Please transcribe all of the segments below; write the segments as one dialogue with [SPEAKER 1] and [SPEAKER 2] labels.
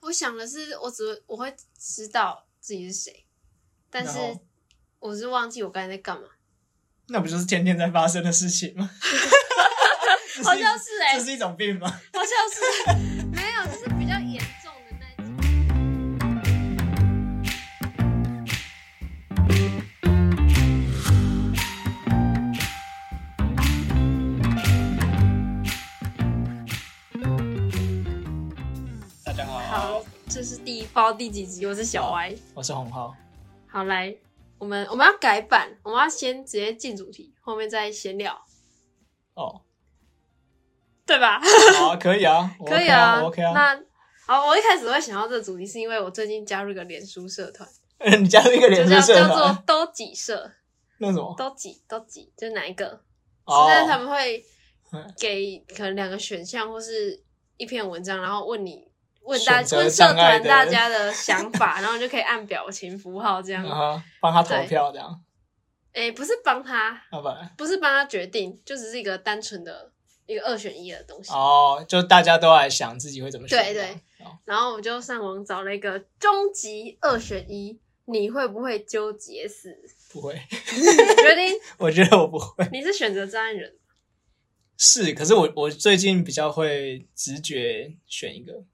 [SPEAKER 1] 我想的是，我只会我会知道自己是谁，但是
[SPEAKER 2] 然后
[SPEAKER 1] 我是忘记我刚才在干嘛，
[SPEAKER 2] 那不就是天天在发生的事情吗？ 这是
[SPEAKER 1] 好
[SPEAKER 2] 一
[SPEAKER 1] 像是哎、
[SPEAKER 2] 这是一种病吗？
[SPEAKER 1] 好像是 没有，就是比较严重的那种。
[SPEAKER 2] 大家好，
[SPEAKER 1] 好，这是第一包第几集？我是小歪。
[SPEAKER 2] 我是洪浩。
[SPEAKER 1] 好，来，我们我们要改版，我们要先直接进主题，后面再闲聊，
[SPEAKER 2] 哦，
[SPEAKER 1] 对吧？
[SPEAKER 2] 好啊，可以啊，我
[SPEAKER 1] 可
[SPEAKER 2] OK
[SPEAKER 1] 以啊
[SPEAKER 2] 我 OK 啊。
[SPEAKER 1] 那好，我一开始会想到这个主题，是因为我最近加入一个脸书社团，
[SPEAKER 2] 你加入一
[SPEAKER 1] 就
[SPEAKER 2] 个脸
[SPEAKER 1] 叫
[SPEAKER 2] 书社
[SPEAKER 1] 叫
[SPEAKER 2] 团
[SPEAKER 1] 做，都几社，
[SPEAKER 2] 那什 么？
[SPEAKER 1] 都几都几，就是哪一个？
[SPEAKER 2] 哦
[SPEAKER 1] 但是他们会给可能两个选项或是一篇文章，然后问你问大
[SPEAKER 2] 选择
[SPEAKER 1] 问社
[SPEAKER 2] 障碍
[SPEAKER 1] 团
[SPEAKER 2] 的
[SPEAKER 1] 大家的想法，然后你就可以按表情符号这样。
[SPEAKER 2] 啊哈，帮他投
[SPEAKER 1] 对
[SPEAKER 2] 票这样，
[SPEAKER 1] 诶、不是帮他，
[SPEAKER 2] 要不然
[SPEAKER 1] 不是帮他决定，就只是一个单纯的一个二选一的东西。
[SPEAKER 2] 哦，就大家都来想自己会怎么选。哦
[SPEAKER 1] 对对然后我就上网找了一个终极二选一，你会不会纠结死？
[SPEAKER 2] 不会，
[SPEAKER 1] 你决定
[SPEAKER 2] 我觉得我不会。
[SPEAKER 1] 你是选择障碍人，
[SPEAKER 2] 是，可是我我最近比较会直觉选一个，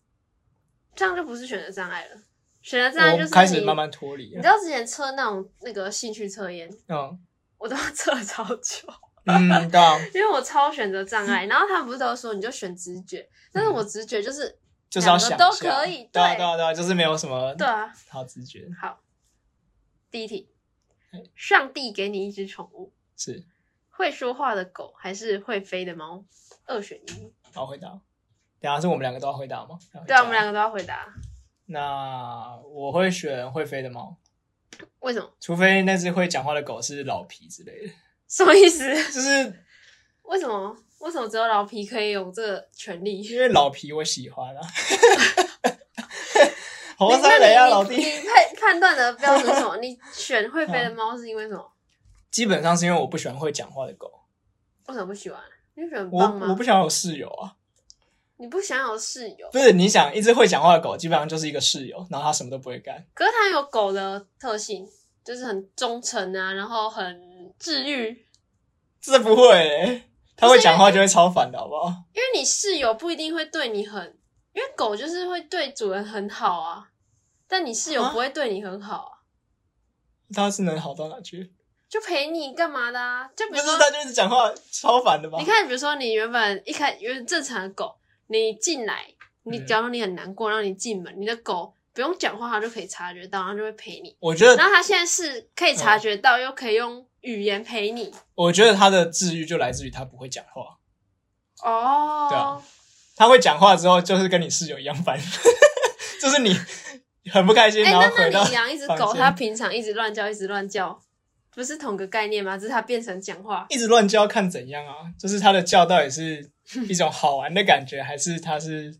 [SPEAKER 1] 这样就不是选择障碍了。选择障碍就
[SPEAKER 2] 我
[SPEAKER 1] 是
[SPEAKER 2] 开始
[SPEAKER 1] 你
[SPEAKER 2] 慢慢脱离
[SPEAKER 1] 你知
[SPEAKER 2] 了。
[SPEAKER 1] 道之前测那种那个兴趣测验，
[SPEAKER 2] 嗯
[SPEAKER 1] 我都要测超 久，
[SPEAKER 2] 嗯，对啊，
[SPEAKER 1] 因为我超选择障 碍。然后他们不是都说你就选直觉，但是我
[SPEAKER 2] 嗯
[SPEAKER 1] 直觉就是
[SPEAKER 2] 就是要
[SPEAKER 1] 两
[SPEAKER 2] 想
[SPEAKER 1] 个
[SPEAKER 2] 一下
[SPEAKER 1] 都可以
[SPEAKER 2] 对啊
[SPEAKER 1] 对
[SPEAKER 2] 对啊对啊，就是没有什么
[SPEAKER 1] 对啊。
[SPEAKER 2] 好直觉，
[SPEAKER 1] 好，第一题
[SPEAKER 2] 嗯，
[SPEAKER 1] 上帝给你一只宠物，
[SPEAKER 2] 是
[SPEAKER 1] 会说话的狗还是会飞的猫？二选一。
[SPEAKER 2] 好回答。等一下是我们两个都要回答吗？
[SPEAKER 1] 对啊，我们两
[SPEAKER 2] 个。
[SPEAKER 1] 个都要回答。
[SPEAKER 2] 那我会选会飞的猫，
[SPEAKER 1] 为什么？
[SPEAKER 2] 除非那只会讲话的狗是老皮之类的，
[SPEAKER 1] 什么意思？
[SPEAKER 2] 就是
[SPEAKER 1] 为什么？为什么只有老皮可以有这个权利？
[SPEAKER 2] 因为老皮我喜欢啊。
[SPEAKER 1] 你
[SPEAKER 2] 红
[SPEAKER 1] 那
[SPEAKER 2] 山
[SPEAKER 1] 你
[SPEAKER 2] 雷啊，
[SPEAKER 1] 你
[SPEAKER 2] 老
[SPEAKER 1] 你
[SPEAKER 2] 弟，嗯
[SPEAKER 1] 判判断的标准是 什么？你选会飞的猫是因为什么？
[SPEAKER 2] 基本上是因为我不喜欢会讲话的狗，
[SPEAKER 1] 为什么不喜欢？你选
[SPEAKER 2] 我
[SPEAKER 1] 棒吗？
[SPEAKER 2] 我不想有室友啊。
[SPEAKER 1] 你不想有室友
[SPEAKER 2] 不，是你想一只会讲话的狗，基本上就是一个室友，然后它什么都不会干。
[SPEAKER 1] 可是它有狗的特性，就是很忠诚啊，然后很治愈。
[SPEAKER 2] 这不会、欸，它会讲话就会超烦的，好不好？
[SPEAKER 1] 因为你室友不一定会对你很，因为狗就是会对主人很好啊，但你室友
[SPEAKER 2] 啊
[SPEAKER 1] 不会对你很好啊，
[SPEAKER 2] 它是能好到哪去？
[SPEAKER 1] 就陪你干嘛的啊？就比
[SPEAKER 2] 不
[SPEAKER 1] 如
[SPEAKER 2] 是
[SPEAKER 1] 说，
[SPEAKER 2] 它就一直讲话，超烦的吧？
[SPEAKER 1] 你看，比如说你原本一开原本正常的狗，你进来，你
[SPEAKER 2] 嗯
[SPEAKER 1] 假如你很难过，然后你进门，你的狗不用讲话，它就可以察觉到，然后就会陪 你。
[SPEAKER 2] 我觉得
[SPEAKER 1] 然后它现在是可以
[SPEAKER 2] 哦
[SPEAKER 1] 察觉到，又可以用语言陪你。
[SPEAKER 2] 我觉得他的治愈就来自于他不会讲话，
[SPEAKER 1] 哦，
[SPEAKER 2] 对啊他会讲话之后就是跟你室友一样烦， 就是你很不开心，
[SPEAKER 1] 哎、
[SPEAKER 2] 然后
[SPEAKER 1] 那
[SPEAKER 2] 回
[SPEAKER 1] 那
[SPEAKER 2] 到
[SPEAKER 1] 你养一只
[SPEAKER 2] 房
[SPEAKER 1] 狗，
[SPEAKER 2] 间
[SPEAKER 1] 它平常一直乱叫，一直乱叫，不是同个概念吗？只是它变成讲话。
[SPEAKER 2] 一直乱叫看怎样啊？就是他的叫到底是一种好玩的感觉，还是他是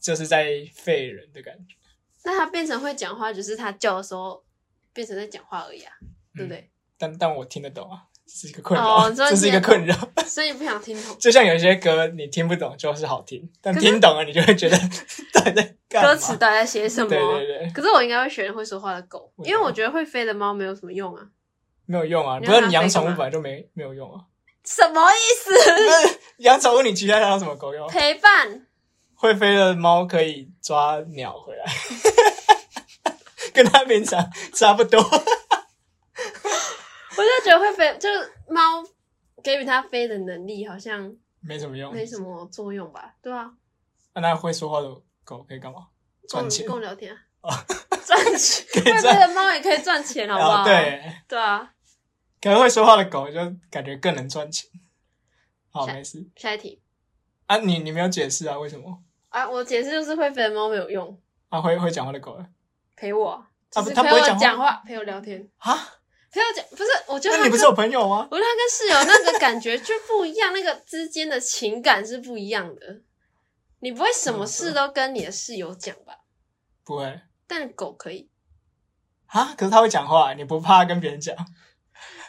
[SPEAKER 2] 就是在废人的感觉？
[SPEAKER 1] 那它变成会讲话，只是它叫的时候变成在讲话而已啊，对不对？
[SPEAKER 2] 但但我听得懂啊，这是一个困
[SPEAKER 1] 哦
[SPEAKER 2] 扰，
[SPEAKER 1] 你说
[SPEAKER 2] 这是一个
[SPEAKER 1] 听得
[SPEAKER 2] 困扰。
[SPEAKER 1] 所以你不想听懂
[SPEAKER 2] 就像有些歌你听不懂就是好听，但
[SPEAKER 1] 可是
[SPEAKER 2] 听懂了你就会觉得 到底在 干嘛
[SPEAKER 1] 歌词到底在写什么。
[SPEAKER 2] 对对对，
[SPEAKER 1] 可是我应该会选会说话的狗，
[SPEAKER 2] 为什么
[SPEAKER 1] 因为我觉得会飞的猫没有什么用啊。
[SPEAKER 2] 没有用啊！
[SPEAKER 1] 你
[SPEAKER 2] 不
[SPEAKER 1] 要
[SPEAKER 2] 是
[SPEAKER 1] 拿
[SPEAKER 2] 你养
[SPEAKER 1] 飞干
[SPEAKER 2] 宠物
[SPEAKER 1] 嘛
[SPEAKER 2] 本来就没没有用啊，
[SPEAKER 1] 什么意
[SPEAKER 2] 不
[SPEAKER 1] 思？
[SPEAKER 2] 是养宠物你期待它有什么狗用？
[SPEAKER 1] 陪伴？
[SPEAKER 2] 会飞的猫可以抓鸟回来， 跟它平常差不多。
[SPEAKER 1] 我就觉得会飞，就是猫给予它飞的能力好像
[SPEAKER 2] 没什么用。
[SPEAKER 1] 没什么作用吧？对啊，
[SPEAKER 2] 那、那会说话的狗可以干嘛？
[SPEAKER 1] 跟
[SPEAKER 2] 赚
[SPEAKER 1] 我
[SPEAKER 2] 钱哦
[SPEAKER 1] 跟我聊天啊， 赚钱。
[SPEAKER 2] 可以
[SPEAKER 1] 会飞
[SPEAKER 2] 赚
[SPEAKER 1] 的猫也可以赚钱，好不
[SPEAKER 2] 啊？
[SPEAKER 1] 好？
[SPEAKER 2] 对，
[SPEAKER 1] 对啊。
[SPEAKER 2] 可能会说话的狗就感觉更能赚钱。好，
[SPEAKER 1] 是
[SPEAKER 2] 没事
[SPEAKER 1] 下一题
[SPEAKER 2] 啊，你你没有解释啊？为什么？
[SPEAKER 1] 啊，我解释就是会飞的猫没有用，
[SPEAKER 2] 啊，会会讲话的狗呢
[SPEAKER 1] 陪我啊，
[SPEAKER 2] 它
[SPEAKER 1] 就
[SPEAKER 2] 不
[SPEAKER 1] 是
[SPEAKER 2] 它不
[SPEAKER 1] 陪
[SPEAKER 2] 会
[SPEAKER 1] 我
[SPEAKER 2] 讲话
[SPEAKER 1] 讲话，陪我聊天，
[SPEAKER 2] 啊？
[SPEAKER 1] 陪我讲，不是，我觉得
[SPEAKER 2] 那
[SPEAKER 1] 它
[SPEAKER 2] 你不
[SPEAKER 1] 跟
[SPEAKER 2] 是有朋友吗？
[SPEAKER 1] 我觉得它跟室友那个感觉就不一样，那个之间的情感是不一样的。你不会什么事都跟你的室友讲 吧？
[SPEAKER 2] 不会
[SPEAKER 1] 但狗可以，
[SPEAKER 2] 啊，可是它会讲话，你不怕跟别人讲？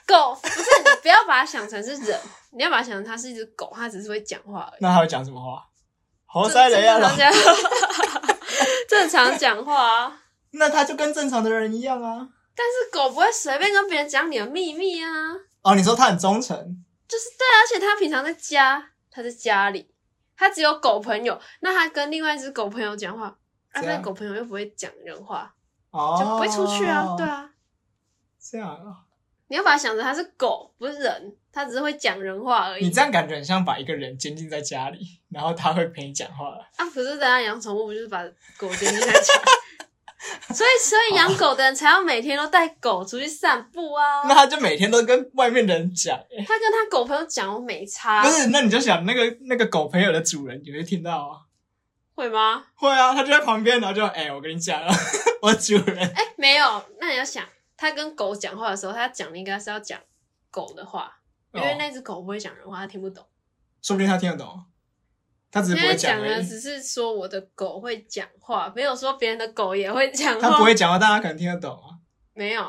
[SPEAKER 1] 狗不是你不要把它想成是人，你要把它想成它是一只狗，它只是会讲话而已。
[SPEAKER 2] 那它会讲什么话？猴
[SPEAKER 1] 这
[SPEAKER 2] 塞雷啊！
[SPEAKER 1] 这
[SPEAKER 2] 老
[SPEAKER 1] 是大家，这 正常讲话啊。
[SPEAKER 2] 那他就跟正常的人一样啊。
[SPEAKER 1] 但是狗不会随便跟别人讲你的秘密啊，
[SPEAKER 2] 哦，你说他很忠诚，
[SPEAKER 1] 就是对啊，而且它平常在家，它在家里，它只有狗朋友，那它跟另外一只狗朋友讲话，啊，
[SPEAKER 2] 这样
[SPEAKER 1] 那狗朋友又不会讲人话，
[SPEAKER 2] 哦，
[SPEAKER 1] 就不会出去啊，对，啊，
[SPEAKER 2] 这样啊，
[SPEAKER 1] 你要把它想成它是狗，不是人，它只是会讲人话而已。
[SPEAKER 2] 你这样感觉很像把一个人监禁在家里，然后他会陪你讲话了。
[SPEAKER 1] 啊，可是大家养宠物不就是把狗丢进来家？ 所以，所以养狗的人才要每天都带狗出去散步啊。
[SPEAKER 2] 那他就每天都跟外面的人讲、欸
[SPEAKER 1] 他跟他狗朋友讲，我没差
[SPEAKER 2] 不，是？那你就想那个那个狗朋友的主人也会听到啊，
[SPEAKER 1] 会吗？
[SPEAKER 2] 会啊，他就在旁边，然后就哎、欸我跟你讲啊， 我主人
[SPEAKER 1] 哎、没有。那你要想，他跟狗讲话的时候，他讲的应该是要讲狗的话，因为
[SPEAKER 2] 哦
[SPEAKER 1] 那只狗不会讲人话，它听不懂。
[SPEAKER 2] 说不定他听得懂，啊他只是
[SPEAKER 1] 现
[SPEAKER 2] 不
[SPEAKER 1] 在
[SPEAKER 2] 会
[SPEAKER 1] 讲
[SPEAKER 2] 而
[SPEAKER 1] 的
[SPEAKER 2] 已。
[SPEAKER 1] 只是说我的狗会讲话，没有说别人的狗也会讲话。
[SPEAKER 2] 他不会讲话，但他可能听得懂啊。
[SPEAKER 1] 没有。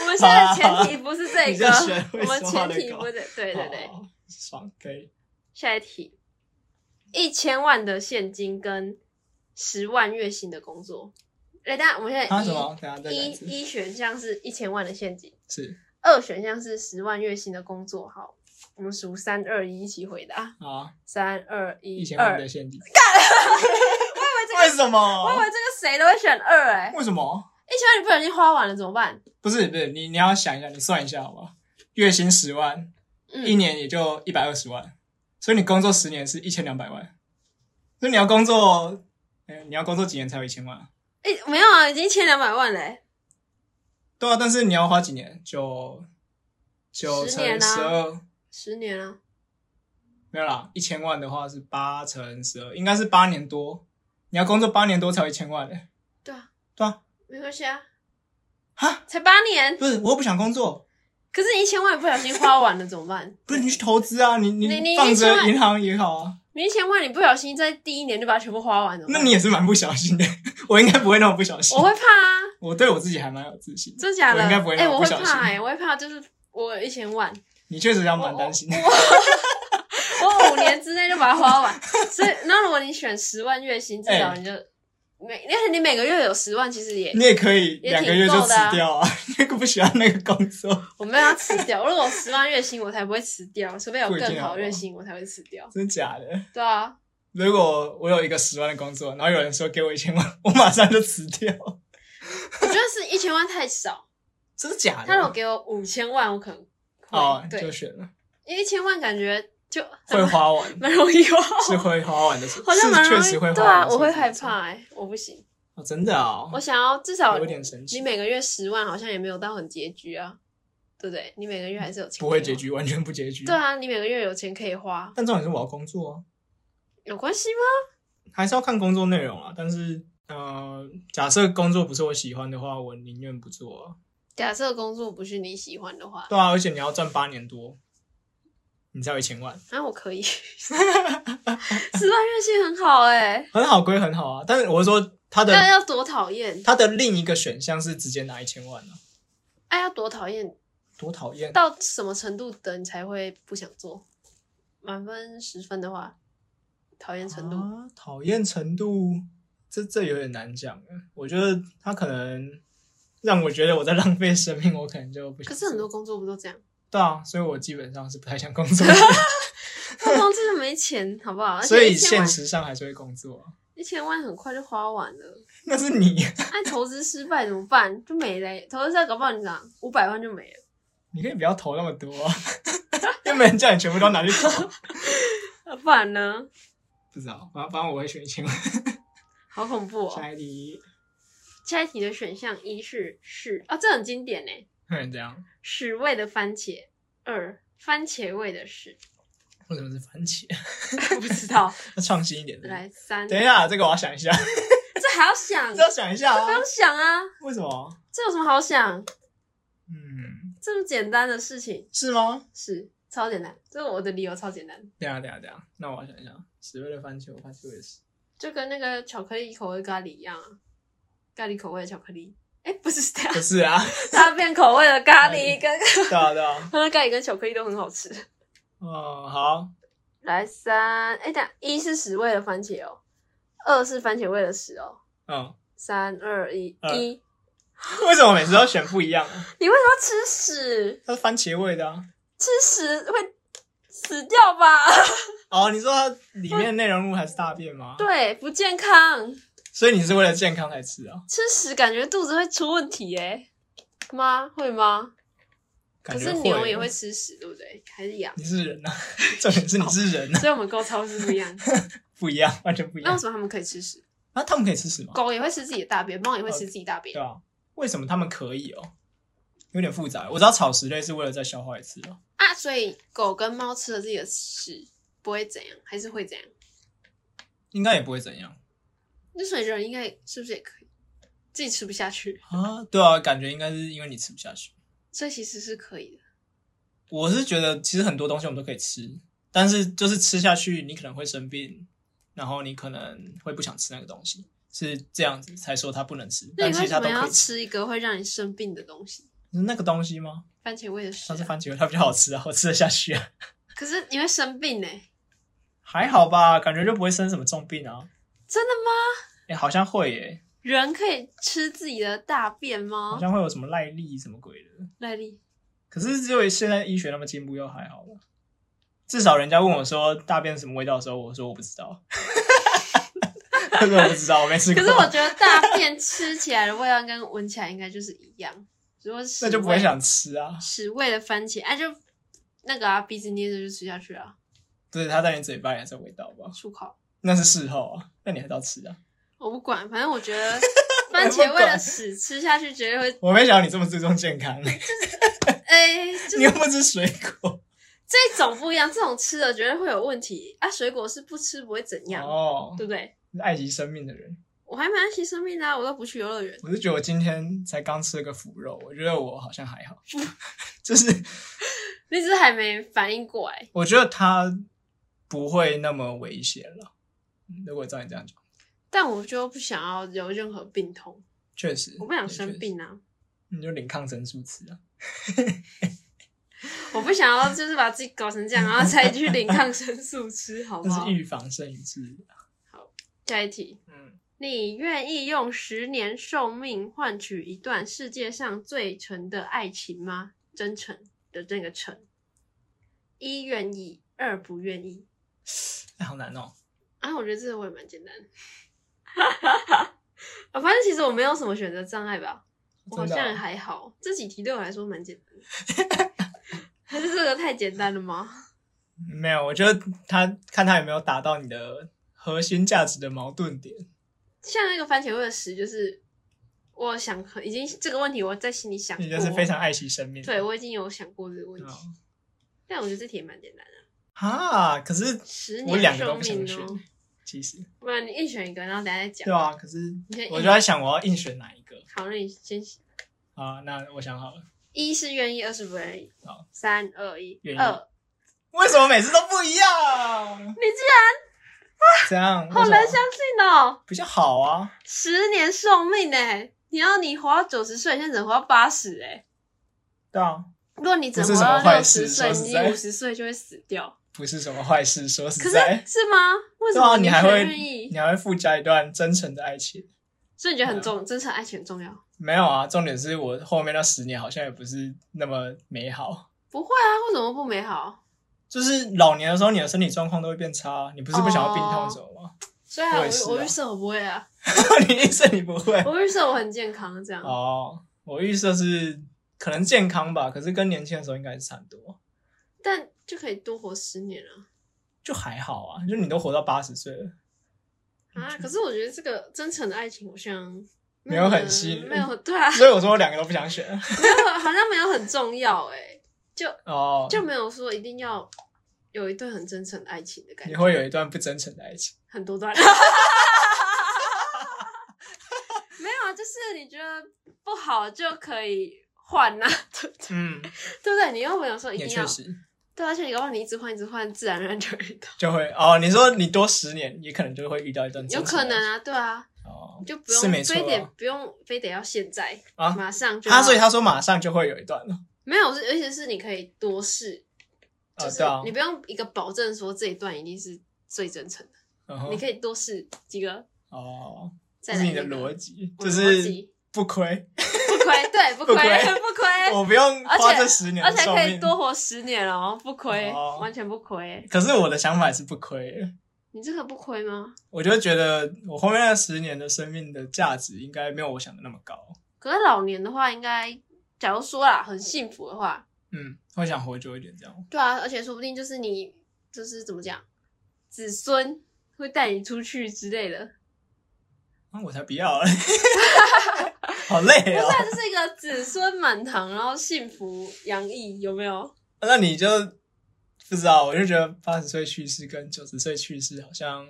[SPEAKER 1] 我们现在的前提不是这
[SPEAKER 2] 你
[SPEAKER 1] 个
[SPEAKER 2] 就学，
[SPEAKER 1] 我
[SPEAKER 2] 会
[SPEAKER 1] 们
[SPEAKER 2] 说话
[SPEAKER 1] 前
[SPEAKER 2] 的
[SPEAKER 1] 提
[SPEAKER 2] 狗
[SPEAKER 1] 不是对对对。
[SPEAKER 2] 哦，爽可以。
[SPEAKER 1] 下一题，一千万的现金跟十万月薪的工作。哎，但我们现在
[SPEAKER 2] 他、啊、
[SPEAKER 1] 一、
[SPEAKER 2] 什么？等一下再讲一次。
[SPEAKER 1] 一一选项是一千万的现金，
[SPEAKER 2] 是
[SPEAKER 1] 二选项是十万月薪的工作。好，我们数三二一一起回答，
[SPEAKER 2] 啊，
[SPEAKER 1] 三二一，
[SPEAKER 2] 一千
[SPEAKER 1] 二。
[SPEAKER 2] 万
[SPEAKER 1] 我以
[SPEAKER 2] 的现 金。
[SPEAKER 1] 为这
[SPEAKER 2] 为
[SPEAKER 1] 个，
[SPEAKER 2] 什
[SPEAKER 1] 我以
[SPEAKER 2] 么？
[SPEAKER 1] 为这个谁都会选二哎、
[SPEAKER 2] 为什么？
[SPEAKER 1] 一千万你不小心花完了怎么办？
[SPEAKER 2] 不是不是，你你要想一下，你算一下好不好？月薪十万，一
[SPEAKER 1] 嗯，
[SPEAKER 2] 年也就一百二十万，所以你工作十年是一千两百万，所以你要工作，哎你要工作几年才有一千万？
[SPEAKER 1] 哎、没有啊，已经一千两百万嘞、
[SPEAKER 2] 对啊，但是你要花几年？就九
[SPEAKER 1] 十
[SPEAKER 2] 乘
[SPEAKER 1] 年啊
[SPEAKER 2] 十二、
[SPEAKER 1] 十年啊，
[SPEAKER 2] 没有啦，一千万的话是八乘十二，应该是八年多。你要工作八年多才有一千万嘞、
[SPEAKER 1] 对啊，
[SPEAKER 2] 对啊，
[SPEAKER 1] 没关系啊，
[SPEAKER 2] 哈，
[SPEAKER 1] 才八年，
[SPEAKER 2] 不是，我又不想工作，
[SPEAKER 1] 可是你一千万不小心花完了怎么办？
[SPEAKER 2] 不是你去投资啊，你
[SPEAKER 1] 你你
[SPEAKER 2] 放
[SPEAKER 1] 1000
[SPEAKER 2] 着
[SPEAKER 1] 万
[SPEAKER 2] 银行也好啊。
[SPEAKER 1] 你一千万，你不小心在第一年就把它全部花完了。
[SPEAKER 2] 那你也是蛮不小心的，我应该不会那么不小心。
[SPEAKER 1] 我会怕啊，
[SPEAKER 2] 我对我自己还蛮有自信的，
[SPEAKER 1] 真假的？
[SPEAKER 2] 我应该不会
[SPEAKER 1] 哎、
[SPEAKER 2] 那么
[SPEAKER 1] 我
[SPEAKER 2] 不
[SPEAKER 1] 会
[SPEAKER 2] 小心。
[SPEAKER 1] 怕哎、我会怕，就是我有一千万，
[SPEAKER 2] 你确实要蛮担心的。
[SPEAKER 1] 我五年之内就把它花 完。所以，那如果你选十万月薪，至少
[SPEAKER 2] 哎
[SPEAKER 1] 你就每，而且你每个月有十万，其实也
[SPEAKER 2] 你也可以
[SPEAKER 1] 也挺
[SPEAKER 2] 两个月就
[SPEAKER 1] 够
[SPEAKER 2] 辞
[SPEAKER 1] 的啊
[SPEAKER 2] 掉啊，那个不喜欢那个工作，
[SPEAKER 1] 我没有要辞掉。如果十万月薪，我才不会辞掉，除非有
[SPEAKER 2] 不一定
[SPEAKER 1] 更好
[SPEAKER 2] 好不好
[SPEAKER 1] 月薪，我才会辞掉。
[SPEAKER 2] 真假的？
[SPEAKER 1] 对啊，
[SPEAKER 2] 如果我有一个十万的工作，然后有人说给我一千万，我马上就辞掉，
[SPEAKER 1] 我觉得是一千万太 少。
[SPEAKER 2] 真的假的？
[SPEAKER 1] 他如果给我五千万，我可能会、
[SPEAKER 2] 哦，
[SPEAKER 1] 对
[SPEAKER 2] 就，选了，
[SPEAKER 1] 因为一千万感觉就
[SPEAKER 2] 会花完，
[SPEAKER 1] 蛮容易花完
[SPEAKER 2] 是会花完的，
[SPEAKER 1] 好像蛮
[SPEAKER 2] 是
[SPEAKER 1] 容
[SPEAKER 2] 确
[SPEAKER 1] 易，
[SPEAKER 2] 实会花
[SPEAKER 1] 对
[SPEAKER 2] 完
[SPEAKER 1] 啊
[SPEAKER 2] 的，
[SPEAKER 1] 我会害
[SPEAKER 2] 是不是。
[SPEAKER 1] 怕哎、我不行，
[SPEAKER 2] 哦，真的哦
[SPEAKER 1] 我，想要至少
[SPEAKER 2] 有点神奇
[SPEAKER 1] 你每个月十万好像也没有到很拮据啊，对不对？你每个月还是有钱，
[SPEAKER 2] 不会拮。据，完全不拮据。
[SPEAKER 1] 对，啊，你每个月有钱可以花，
[SPEAKER 2] 但重点是我要工作啊。
[SPEAKER 1] 有关系吗？
[SPEAKER 2] 还是要看工作内容啊。但是，呃，假设工作不是我喜欢的话，我宁愿不做啊。
[SPEAKER 1] 假设工作不是你喜欢的话，
[SPEAKER 2] 对啊，而且你要赚八年多，你才有一千万，
[SPEAKER 1] 那、啊我可以。十万月薪很好哎、
[SPEAKER 2] 很好归很好啊。但是我是说，他
[SPEAKER 1] 那
[SPEAKER 2] 的
[SPEAKER 1] 要多讨厌？
[SPEAKER 2] 他的另一个选项是直接拿一千万啊，
[SPEAKER 1] 哎、要多讨厌？
[SPEAKER 2] 多讨厌！
[SPEAKER 1] 到什么程度的你才会不想做？满分十分的话，讨厌程度、
[SPEAKER 2] 啊讨厌程度，这这有点难讲啊。我觉得他可能让我觉得我在浪费生命，我可能就不想做。
[SPEAKER 1] 可是很多工作不都 这样？
[SPEAKER 2] 对啊，所以我基本上是不太想工作的，
[SPEAKER 1] 工作真的没钱，好不 好？而且
[SPEAKER 2] 所以
[SPEAKER 1] 一千
[SPEAKER 2] 现
[SPEAKER 1] 万
[SPEAKER 2] 实上还是会工作、啊。
[SPEAKER 1] 一千万很快就花完了，
[SPEAKER 2] 那是你啊
[SPEAKER 1] 按投资失败怎么办？就没了耶、投资失败搞不好你讲五百万就没了，
[SPEAKER 2] 你可以不要投那么多、啊，又没人叫你全部都拿去投。
[SPEAKER 1] 啊不然呢？
[SPEAKER 2] 不知道，反正反正我会选一千万。
[SPEAKER 1] 好恐怖哦！
[SPEAKER 2] 下一题，
[SPEAKER 1] 下一题的选项一是屎啊，这很经典呢、
[SPEAKER 2] 会人这样？
[SPEAKER 1] 屎味的番茄；二番茄味的 屎，
[SPEAKER 2] 为什么是番茄？
[SPEAKER 1] 我不知 道。
[SPEAKER 2] 要创新一点的。
[SPEAKER 1] 来三，
[SPEAKER 2] 等一下，这个我要想一下，
[SPEAKER 1] 这还要想，
[SPEAKER 2] 这要想一下
[SPEAKER 1] 不
[SPEAKER 2] 啊
[SPEAKER 1] 用。想啊，
[SPEAKER 2] 为什么？
[SPEAKER 1] 这有什么好想？
[SPEAKER 2] 嗯，
[SPEAKER 1] 这么简单的事情
[SPEAKER 2] 是吗？
[SPEAKER 1] 是超简单，这我的理由超简单，
[SPEAKER 2] 等一下，等一下，等一下，啊那我要想一下。十味的番茄，我番茄也是。
[SPEAKER 1] 就跟那个巧克力口味咖喱一样啊，咖喱口味的巧克力。哎、不是这样
[SPEAKER 2] 不，是 啊，
[SPEAKER 1] 它变口味的咖喱跟
[SPEAKER 2] 对啊，对啊。
[SPEAKER 1] 它的咖喱跟巧克力都很好吃。
[SPEAKER 2] 哦，好，
[SPEAKER 1] 来三，哎、等一下一是十味的番茄哦，二是番茄味的屎哦。
[SPEAKER 2] 嗯，
[SPEAKER 1] 三二一
[SPEAKER 2] 二
[SPEAKER 1] 一，
[SPEAKER 2] 为什么每次都选不一样？
[SPEAKER 1] 你为什么要吃屎？
[SPEAKER 2] 它是番茄味的啊。
[SPEAKER 1] 吃屎会死掉吧？
[SPEAKER 2] 哦，你说它里面的内容物还是大便吗？，
[SPEAKER 1] 对，不健康。
[SPEAKER 2] 所以你是为了健康才吃啊？
[SPEAKER 1] 吃屎感觉肚子会出问题耶、吗？会吗？可
[SPEAKER 2] 感觉
[SPEAKER 1] 是牛
[SPEAKER 2] 会
[SPEAKER 1] 也会吃屎，对不对？还是羊？
[SPEAKER 2] 你是人啊，重点是你是人啊，
[SPEAKER 1] 所以我们跟超市不一样。
[SPEAKER 2] 不一样，完全不一
[SPEAKER 1] 那为
[SPEAKER 2] 样。
[SPEAKER 1] 什么他们可以吃屎？
[SPEAKER 2] 那、他们可以吃屎吗？
[SPEAKER 1] 狗也会吃自己的大便，猫也会吃自己大便
[SPEAKER 2] 对。啊，为什么他们可以哦？有点复杂。我知道草食类是为了再消化一次哦。
[SPEAKER 1] 啊，所以狗跟猫吃了自己的屎不会怎样，还是会怎样？
[SPEAKER 2] 应该也不会怎样
[SPEAKER 1] 那所以人应该是不是也可以自己吃不下去？
[SPEAKER 2] 啊。对啊，感觉应该是因为你吃不下去。
[SPEAKER 1] 所以其实是可以的。
[SPEAKER 2] 我是觉得其实很多东西我们都可以吃，但是就是吃下去你可能会生病，然后你可能会不想吃那个东西，是这样子才说它不能吃。
[SPEAKER 1] 那
[SPEAKER 2] 但
[SPEAKER 1] 你
[SPEAKER 2] 其
[SPEAKER 1] 为
[SPEAKER 2] 实
[SPEAKER 1] 什
[SPEAKER 2] 它
[SPEAKER 1] 么
[SPEAKER 2] 都可
[SPEAKER 1] 要
[SPEAKER 2] 以吃。
[SPEAKER 1] 吃一个会让你生病的东西？
[SPEAKER 2] 你说那个东西吗？
[SPEAKER 1] 番茄味的屎
[SPEAKER 2] 它
[SPEAKER 1] 啊、
[SPEAKER 2] 是番茄味，它比较好吃啊，我吃得下去啊，
[SPEAKER 1] 可是你会生病呢、
[SPEAKER 2] 还好吧，感觉就不会生什么重病啊。
[SPEAKER 1] 真的吗？
[SPEAKER 2] 哎、好像会耶、
[SPEAKER 1] 人可以吃自己的大便
[SPEAKER 2] 好
[SPEAKER 1] 吗？
[SPEAKER 2] 像会有什么耐力什么鬼的。
[SPEAKER 1] 耐力
[SPEAKER 2] 可是只有现在医学那么进步，又还好了。至少人家问我说大便什么味道的时候，我说我不知道。 他说我不知道，我没吃
[SPEAKER 1] 可
[SPEAKER 2] 过。
[SPEAKER 1] 是我觉得大便吃起来的味道跟闻起来应该就是一样，如果是屎
[SPEAKER 2] 那就不
[SPEAKER 1] 味
[SPEAKER 2] 会想吃啊。
[SPEAKER 1] 屎味的番茄，哎、就那个啊，鼻子捏着就吃下去啊，
[SPEAKER 2] 不是，它在你嘴巴里还是有味道吧？
[SPEAKER 1] 漱口。
[SPEAKER 2] 那是事后啊，那你还是要吃啊。
[SPEAKER 1] 我不管，反正我觉 得番茄味的屎吃下去绝对会，
[SPEAKER 2] 我没想到你这么注重 健康，
[SPEAKER 1] 哎、就
[SPEAKER 2] 你又不吃水果
[SPEAKER 1] 这种不一样，这种吃了绝对会有问题啊。水果是不吃不会怎样，
[SPEAKER 2] 哦，
[SPEAKER 1] 对不对？
[SPEAKER 2] 是爱惜生命的人。
[SPEAKER 1] 我还蛮爱惜生命的、啊，我都不去游乐园。
[SPEAKER 2] 我是觉得我今天才刚吃了个腐肉，我觉得我好像还好， 就是
[SPEAKER 1] 你只是还没反应过来，
[SPEAKER 2] 我觉得它不会那么危险了。嗯如果照你这样讲，
[SPEAKER 1] 但我就不想要有任何病痛，
[SPEAKER 2] 确实，
[SPEAKER 1] 我不想
[SPEAKER 2] 对
[SPEAKER 1] 生，病啊，
[SPEAKER 2] 确实你就领抗生素吃啊。
[SPEAKER 1] 我不想要就是把自己搞成这样，然后才去领抗生素吃，好不
[SPEAKER 2] 那
[SPEAKER 1] 好
[SPEAKER 2] 是？预防胜于治疗。
[SPEAKER 1] 下一题，
[SPEAKER 2] 嗯，
[SPEAKER 1] 你愿意用十年寿命换取一段世界上最纯的爱情吗？真诚的这个诚，一愿意，二不愿意。
[SPEAKER 2] 哎，好难哦。
[SPEAKER 1] 啊，我觉得这个我也蛮简单的。 啊，反正其实我没有什么选择障碍吧，我好
[SPEAKER 2] 真的
[SPEAKER 1] 像也
[SPEAKER 2] 啊
[SPEAKER 1] 还好。这几题对我来说蛮简单的，还是这个太简单了吗？
[SPEAKER 2] 没有，我觉得他看他有没有打到你的核心价值的矛盾点。
[SPEAKER 1] 像那个番茄味的屎，就是我想很已经这个问题我在心里想过，
[SPEAKER 2] 你就是非常爱惜生命。
[SPEAKER 1] 对我已经有想过这个问题，
[SPEAKER 2] 哦
[SPEAKER 1] 但我觉得这题也蛮简单的，
[SPEAKER 2] 啊，可是
[SPEAKER 1] 十
[SPEAKER 2] 我
[SPEAKER 1] 年
[SPEAKER 2] 两个
[SPEAKER 1] 寿
[SPEAKER 2] 都不想
[SPEAKER 1] 命
[SPEAKER 2] 选
[SPEAKER 1] 哦，，
[SPEAKER 2] 其实
[SPEAKER 1] 不然你硬选一个，然后等下再
[SPEAKER 2] 对
[SPEAKER 1] 讲。
[SPEAKER 2] 啊，可是
[SPEAKER 1] 你先
[SPEAKER 2] 我
[SPEAKER 1] 硬
[SPEAKER 2] 就在想我要硬选哪一个
[SPEAKER 1] 好，那你先
[SPEAKER 2] 啊？那我想好了，
[SPEAKER 1] 一是愿意，二是不愿意
[SPEAKER 2] 好，
[SPEAKER 1] 三二一
[SPEAKER 2] 愿，意
[SPEAKER 1] 二。
[SPEAKER 2] 为什么每次都不一样？
[SPEAKER 1] 你竟然
[SPEAKER 2] 这样
[SPEAKER 1] 好
[SPEAKER 2] 为什
[SPEAKER 1] 难
[SPEAKER 2] 么
[SPEAKER 1] 相信哦！
[SPEAKER 2] 比较好啊？
[SPEAKER 1] 十年寿命呢、你要你活到九十岁，现在只能活到八十哎。
[SPEAKER 2] 对啊，
[SPEAKER 1] 如果你只能
[SPEAKER 2] 不是
[SPEAKER 1] 活
[SPEAKER 2] 什
[SPEAKER 1] 到
[SPEAKER 2] 么
[SPEAKER 1] 六
[SPEAKER 2] 坏
[SPEAKER 1] 十
[SPEAKER 2] 事
[SPEAKER 1] 岁，
[SPEAKER 2] 说实
[SPEAKER 1] 你
[SPEAKER 2] 在
[SPEAKER 1] 五十岁就会死掉。
[SPEAKER 2] 不是什么坏事，说
[SPEAKER 1] 可
[SPEAKER 2] 实
[SPEAKER 1] 是
[SPEAKER 2] 在，
[SPEAKER 1] 是吗？为什
[SPEAKER 2] 对
[SPEAKER 1] 么
[SPEAKER 2] 啊，你还
[SPEAKER 1] 还
[SPEAKER 2] 会
[SPEAKER 1] 愿意？
[SPEAKER 2] 你还会附加一段真诚的爱情。
[SPEAKER 1] 所以你觉得很
[SPEAKER 2] 啊
[SPEAKER 1] 重，真诚爱情很重要？
[SPEAKER 2] 没有啊，重点是我后面那十年好像也不是那么美好。
[SPEAKER 1] 不会啊，为什么不美好？
[SPEAKER 2] 就是老年的时候，你的身体状况都会变差。啊你不是不想要
[SPEAKER 1] 哦
[SPEAKER 2] 病痛什么吗？
[SPEAKER 1] 所以啊，
[SPEAKER 2] 我
[SPEAKER 1] 我
[SPEAKER 2] 也是啊
[SPEAKER 1] 我预设我不会啊，
[SPEAKER 2] 你预设你不会
[SPEAKER 1] 我预设我很健康这样。
[SPEAKER 2] 哦。我预设是可能健康吧，可是跟年轻的时候应该是差不多，
[SPEAKER 1] 但就可以多活十年啊！
[SPEAKER 2] 就还好啊。就你都活到八十岁了，
[SPEAKER 1] 啊，可是我觉得这个真诚的爱情好像
[SPEAKER 2] 嗯没有很吸引人
[SPEAKER 1] 没有对啊，
[SPEAKER 2] 所以我说我两个都不想选
[SPEAKER 1] 没有好像没有很重要哎、
[SPEAKER 2] 哦。
[SPEAKER 1] 就没有说一定要有一段很真诚的爱情的感
[SPEAKER 2] 你
[SPEAKER 1] 觉，
[SPEAKER 2] 会有一段不真诚的爱情。
[SPEAKER 1] 很多 段。没有，啊，就是你觉得不好就可以换呐、对不对？
[SPEAKER 2] 嗯，
[SPEAKER 1] 对不对？你又没有说一
[SPEAKER 2] 也
[SPEAKER 1] 定要
[SPEAKER 2] 确，实
[SPEAKER 1] 对啊，而且你搞不好你一直换一直换，自然而然就会遇到，
[SPEAKER 2] 就会哦。你说你多十年，也可能就会遇到一段真
[SPEAKER 1] 有
[SPEAKER 2] 诚
[SPEAKER 1] 可
[SPEAKER 2] 的爱情
[SPEAKER 1] 能啊，对啊，
[SPEAKER 2] 哦
[SPEAKER 1] 你就不
[SPEAKER 2] 是
[SPEAKER 1] 用
[SPEAKER 2] 没错
[SPEAKER 1] 非得
[SPEAKER 2] 啊
[SPEAKER 1] 不用非得要现在
[SPEAKER 2] 啊
[SPEAKER 1] 马上就要
[SPEAKER 2] 他所以他说马上就会有一段了。
[SPEAKER 1] 没有，是而且是你可以多试，
[SPEAKER 2] 啊，
[SPEAKER 1] 就是
[SPEAKER 2] 对啊
[SPEAKER 1] 你，不用一个保证说这一段一定是最真诚的，
[SPEAKER 2] 嗯哼
[SPEAKER 1] 你可以多试几个
[SPEAKER 2] 哦，
[SPEAKER 1] 再
[SPEAKER 2] 这
[SPEAKER 1] 来
[SPEAKER 2] 是你的
[SPEAKER 1] 那个
[SPEAKER 2] 逻辑，
[SPEAKER 1] 我
[SPEAKER 2] 就
[SPEAKER 1] 的逻
[SPEAKER 2] 是
[SPEAKER 1] 辑
[SPEAKER 2] 不亏，
[SPEAKER 1] 不亏，对，不亏，
[SPEAKER 2] 不亏
[SPEAKER 1] 不亏，
[SPEAKER 2] 我不用
[SPEAKER 1] 而且
[SPEAKER 2] 花这十年
[SPEAKER 1] 而
[SPEAKER 2] 的
[SPEAKER 1] 且
[SPEAKER 2] 寿
[SPEAKER 1] 可以
[SPEAKER 2] 命。
[SPEAKER 1] 多活十年哦，不亏，
[SPEAKER 2] 哦
[SPEAKER 1] 完全不亏。
[SPEAKER 2] 可是我的想法也是不亏，
[SPEAKER 1] 你这个不亏吗？
[SPEAKER 2] 我就觉得我后面那十年的生命的价值应该没有我想的那么高。
[SPEAKER 1] 可是老年的话，应该假如说啦，很幸福的话，
[SPEAKER 2] 嗯，会想活久一点这样。
[SPEAKER 1] 对啊，而且说不定就是你就是怎么讲，子孙会带你出去之类的。
[SPEAKER 2] 那、啊我才 不要嘞，好累
[SPEAKER 1] 不
[SPEAKER 2] 哦
[SPEAKER 1] 是、。啊，就是一个子孙满堂，然后幸福洋溢，有没有？
[SPEAKER 2] 那你就不知道，我就觉得八十岁去世跟九十岁去世好像，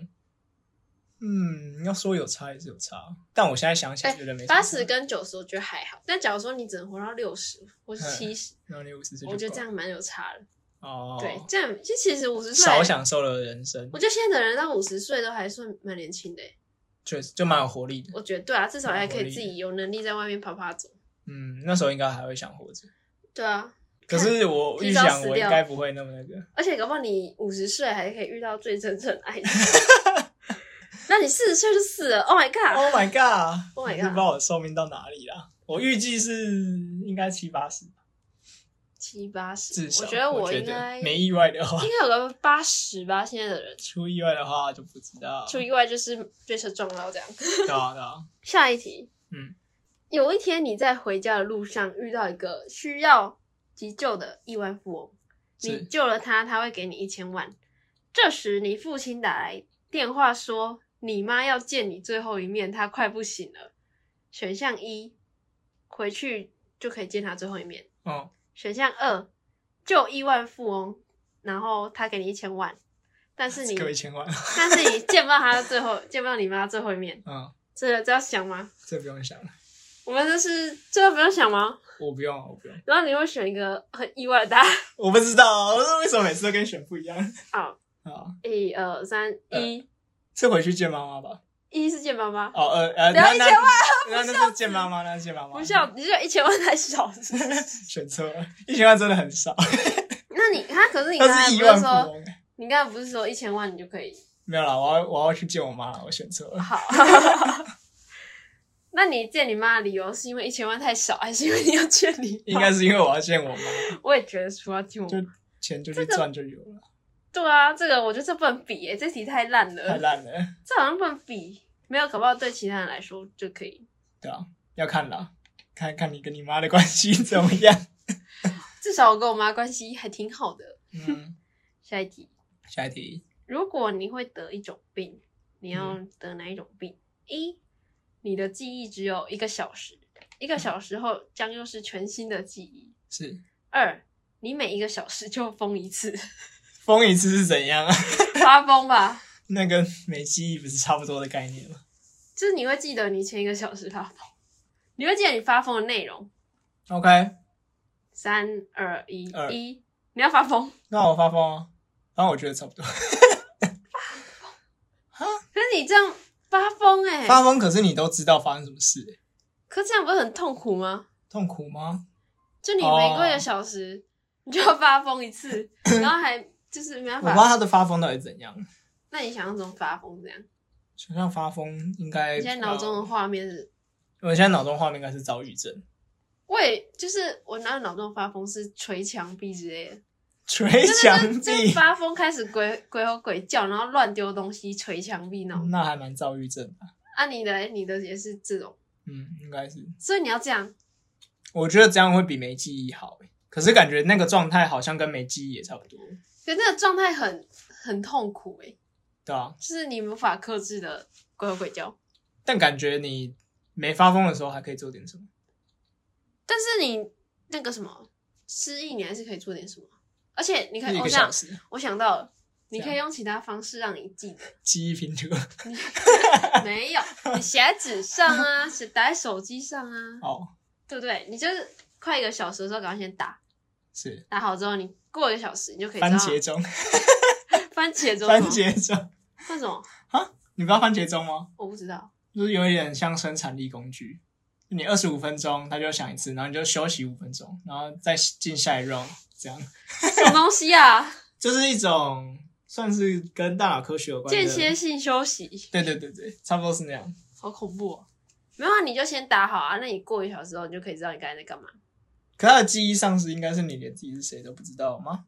[SPEAKER 2] 嗯，要说有差也是有差，但我现在想想觉得没什么差
[SPEAKER 1] 哎八十跟九十我觉得还好，但假如说你只能活到六十或是七十，
[SPEAKER 2] 然后你五十岁就够了，
[SPEAKER 1] 我觉得这样蛮有差的。
[SPEAKER 2] 哦，
[SPEAKER 1] 对，这样其实其实五十岁，
[SPEAKER 2] 少享受了人生
[SPEAKER 1] 我，觉得现在的人到五十岁都还算蛮年轻的欸，
[SPEAKER 2] 确实就蛮有活力的。
[SPEAKER 1] 我觉得对啊，至少还可以自
[SPEAKER 2] 蛮有活力
[SPEAKER 1] 己有能力在外面跑跑走。
[SPEAKER 2] 嗯，那时候应该还会想活着，
[SPEAKER 1] 对啊，
[SPEAKER 2] 可是我预
[SPEAKER 1] 提
[SPEAKER 2] 想
[SPEAKER 1] 早死
[SPEAKER 2] 我
[SPEAKER 1] 掉
[SPEAKER 2] 应该不会那么那 个。
[SPEAKER 1] 而且搞不好你五十岁还可以遇到最真正的爱情，那你四十岁就死了，Oh my god！
[SPEAKER 2] Oh my god！
[SPEAKER 1] Oh my
[SPEAKER 2] 你是不知道我的寿命到哪里啦。我预计是应该七八十，
[SPEAKER 1] 七八十
[SPEAKER 2] 至，少
[SPEAKER 1] 我觉得
[SPEAKER 2] 我
[SPEAKER 1] 应该
[SPEAKER 2] 没啊意外的话，
[SPEAKER 1] 应该有个八十吧，现在的人
[SPEAKER 2] 出意外的话就不知道。
[SPEAKER 1] 出意外就是被车撞到这样。
[SPEAKER 2] 对啊对啊，
[SPEAKER 1] 下一题，
[SPEAKER 2] 嗯，
[SPEAKER 1] 有一天你在回家的路上遇到一个需要急救的亿万富翁，
[SPEAKER 2] 是
[SPEAKER 1] 你救了他，他会给你一千万。这时你父亲打来电话说，你妈要见你最后一面，她快不行了。选项一，回去就可以见她最后一面。
[SPEAKER 2] 嗯，
[SPEAKER 1] 选项二，救亿万富翁，然后他给你一千万，但是你
[SPEAKER 2] 各位千万，
[SPEAKER 1] 但是你见不到他最后，见不到你妈最后一面，
[SPEAKER 2] 嗯，
[SPEAKER 1] 这个这要想吗？
[SPEAKER 2] 这不用想了，
[SPEAKER 1] 我们这是这个不用想吗？
[SPEAKER 2] 我不用，我不用，
[SPEAKER 1] 然后你会选一个很意外的 答案。
[SPEAKER 2] 我不知道，我说为什么每次都跟你选不一样
[SPEAKER 1] 好，
[SPEAKER 2] 啊？
[SPEAKER 1] 一二三，
[SPEAKER 2] 呃
[SPEAKER 1] 一，
[SPEAKER 2] 是回去见妈妈吧？
[SPEAKER 1] 一是见妈妈，
[SPEAKER 2] 哦，呃呃，
[SPEAKER 1] 不要
[SPEAKER 2] 那
[SPEAKER 1] 一
[SPEAKER 2] 那
[SPEAKER 1] 千
[SPEAKER 2] 那那是见妈妈，那是见妈妈，
[SPEAKER 1] 不像你这一千万太少。
[SPEAKER 2] 选错了，一千万真的很少，
[SPEAKER 1] 那你他可是你刚
[SPEAKER 2] 那
[SPEAKER 1] 才
[SPEAKER 2] 是
[SPEAKER 1] 不
[SPEAKER 2] 亿
[SPEAKER 1] 是
[SPEAKER 2] 万富
[SPEAKER 1] 说，
[SPEAKER 2] 翁。
[SPEAKER 1] 你刚才不是说一千万你就 可以？
[SPEAKER 2] 没有啦，我要我要去见我妈，我选错了。
[SPEAKER 1] 好。 那你见你妈的理由是因为一千万太少，还是因为你要见你？
[SPEAKER 2] 应该，是因为我要见我妈，
[SPEAKER 1] 我也觉得说要见我
[SPEAKER 2] 就
[SPEAKER 1] 妈。
[SPEAKER 2] 钱就去赚就有了，
[SPEAKER 1] 对啊，这个我觉得这不能比、欸，这题太烂了。
[SPEAKER 2] 太烂了，
[SPEAKER 1] 这好像不能比，没有，搞不好对其他人来说就可以，
[SPEAKER 2] 对啊，要看啦，看看你跟你妈的关系怎么 样。
[SPEAKER 1] 至少我跟我妈关系还挺好的。
[SPEAKER 2] 嗯，
[SPEAKER 1] 下一题，
[SPEAKER 2] 下一题，
[SPEAKER 1] 如果你会得一种病，你要
[SPEAKER 2] 嗯
[SPEAKER 1] 得哪一种病？一，你的记忆只有一个小时，一个
[SPEAKER 2] 嗯
[SPEAKER 1] 小时后将又是全新的记忆。
[SPEAKER 2] 是
[SPEAKER 1] 二，你每一个小时就疯一次，
[SPEAKER 2] 疯一次是怎样啊？
[SPEAKER 1] 发疯吧，
[SPEAKER 2] 那跟没记忆不是差不多的概念吗？
[SPEAKER 1] 就是你会记得你前一个小时发疯，你会记得你发疯的内容。
[SPEAKER 2] OK，
[SPEAKER 1] 三二一，
[SPEAKER 2] 二
[SPEAKER 1] 一，你要发疯，
[SPEAKER 2] 那我发疯啊，反正我觉得差不多。
[SPEAKER 1] 可是你这样发疯哎、
[SPEAKER 2] 发疯，可是你都知道发生什么事、欸
[SPEAKER 1] 可这样不是很痛苦吗？
[SPEAKER 2] 痛苦吗？
[SPEAKER 1] 就你
[SPEAKER 2] 哦
[SPEAKER 1] 每过一个小时，你就要发疯一 次，然后还就是没办
[SPEAKER 2] 我不知道
[SPEAKER 1] 法。
[SPEAKER 2] 他的发疯到底怎样。
[SPEAKER 1] 那你想象中发疯这样？
[SPEAKER 2] 想象发疯应该，
[SPEAKER 1] 你现在脑中的，画面是？
[SPEAKER 2] 我现在脑中画面应该是躁郁症，
[SPEAKER 1] 我也就是我哪有脑中发疯是捶墙壁之类的，
[SPEAKER 2] 捶墙
[SPEAKER 1] 就是就是
[SPEAKER 2] 壁，
[SPEAKER 1] 发疯开始鬼 鬼吼鬼叫，然后乱丢东西捶墙壁那种。
[SPEAKER 2] 那还蛮躁郁症的。
[SPEAKER 1] 啊，你的你的也是这种，
[SPEAKER 2] 嗯，应该是。
[SPEAKER 1] 所以你要这样，
[SPEAKER 2] 我觉得这样会比没记忆好、欸，可是感觉那个状态好像跟没记忆也差不多，
[SPEAKER 1] 可是那个状态很很痛苦诶、
[SPEAKER 2] 对啊。
[SPEAKER 1] 就是你无法克制的鬼吼鬼叫。
[SPEAKER 2] 但感觉你没发疯的时候还可以做点什么，
[SPEAKER 1] 但是你那个什么失忆，你还是可以做点什么。而且你可以，
[SPEAKER 2] 一
[SPEAKER 1] 我
[SPEAKER 2] 个
[SPEAKER 1] 想
[SPEAKER 2] 小时
[SPEAKER 1] 我想到了，你可
[SPEAKER 2] 这
[SPEAKER 1] 以
[SPEAKER 2] 样
[SPEAKER 1] 用其他方式让你记得。
[SPEAKER 2] 记忆拼图。
[SPEAKER 1] 没有，你写在纸上 啊，写打在手机上啊，
[SPEAKER 2] 哦，
[SPEAKER 1] 对不对？你就是快一个小时的时候，赶快先打，
[SPEAKER 2] 是
[SPEAKER 1] 打好之后，你过一个小时，你就可以知道
[SPEAKER 2] 番茄钟，
[SPEAKER 1] 番茄钟
[SPEAKER 2] 番茄钟，
[SPEAKER 1] 那种，
[SPEAKER 2] 你不知道番茄钟吗？
[SPEAKER 1] 我不知道。
[SPEAKER 2] 就是有一点像生产力工具，你二十五分钟它就响一次，然后你就休息五分钟，然后再进下一 round，这样
[SPEAKER 1] 什么东西啊？
[SPEAKER 2] 就是一种算是跟大脑科学有 关的
[SPEAKER 1] 间歇性休息，
[SPEAKER 2] 对对对对，差不多是那样。
[SPEAKER 1] 好恐怖哦！没有啊，你就先打好啊，那你过一小时后，你就可以知道你刚才在干嘛。
[SPEAKER 2] 可他的记忆丧失应该是你连自己是谁都不知道吗？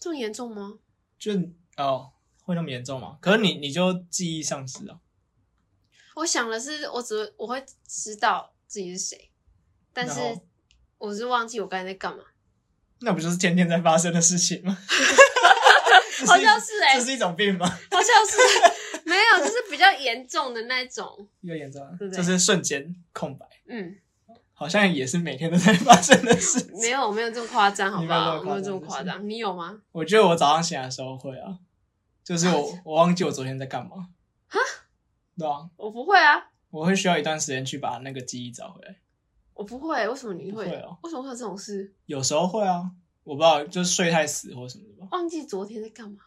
[SPEAKER 1] 这么严重吗？
[SPEAKER 2] 就哦，会那么严重吗？可是你你就记忆丧失啊，
[SPEAKER 1] 我想的是，我只会我会知道自己是谁，但是
[SPEAKER 2] 然后
[SPEAKER 1] 我是忘记我刚才在干嘛，
[SPEAKER 2] 那不就是天天在发生的事情吗？
[SPEAKER 1] 好像是哎、
[SPEAKER 2] 这是一种病 吗？
[SPEAKER 1] 好像是 没有，就是比较严重的那种。
[SPEAKER 2] 又严重了
[SPEAKER 1] 对，不对
[SPEAKER 2] 就是瞬间空白，
[SPEAKER 1] 嗯，
[SPEAKER 2] 好像也是每天都在发生的事 情。
[SPEAKER 1] 没有没有这么夸张，好不好？
[SPEAKER 2] 你没
[SPEAKER 1] 没
[SPEAKER 2] 有
[SPEAKER 1] 有
[SPEAKER 2] 这
[SPEAKER 1] 这
[SPEAKER 2] 么
[SPEAKER 1] 么
[SPEAKER 2] 夸
[SPEAKER 1] 夸
[SPEAKER 2] 张
[SPEAKER 1] 张，你有吗？
[SPEAKER 2] 我觉得我早上醒来的时候会啊，就是我
[SPEAKER 1] 啊
[SPEAKER 2] 我忘记我昨天在干嘛。对啊，
[SPEAKER 1] 我不会啊，
[SPEAKER 2] 我会需要一段时间去把那个记忆找回来。
[SPEAKER 1] 我不会，为什么你
[SPEAKER 2] 不
[SPEAKER 1] 会？
[SPEAKER 2] 会哦
[SPEAKER 1] 为什么会有这种事？
[SPEAKER 2] 有时候会啊，我不知道，就是睡太死或什么的吧。
[SPEAKER 1] 忘记昨天在干嘛？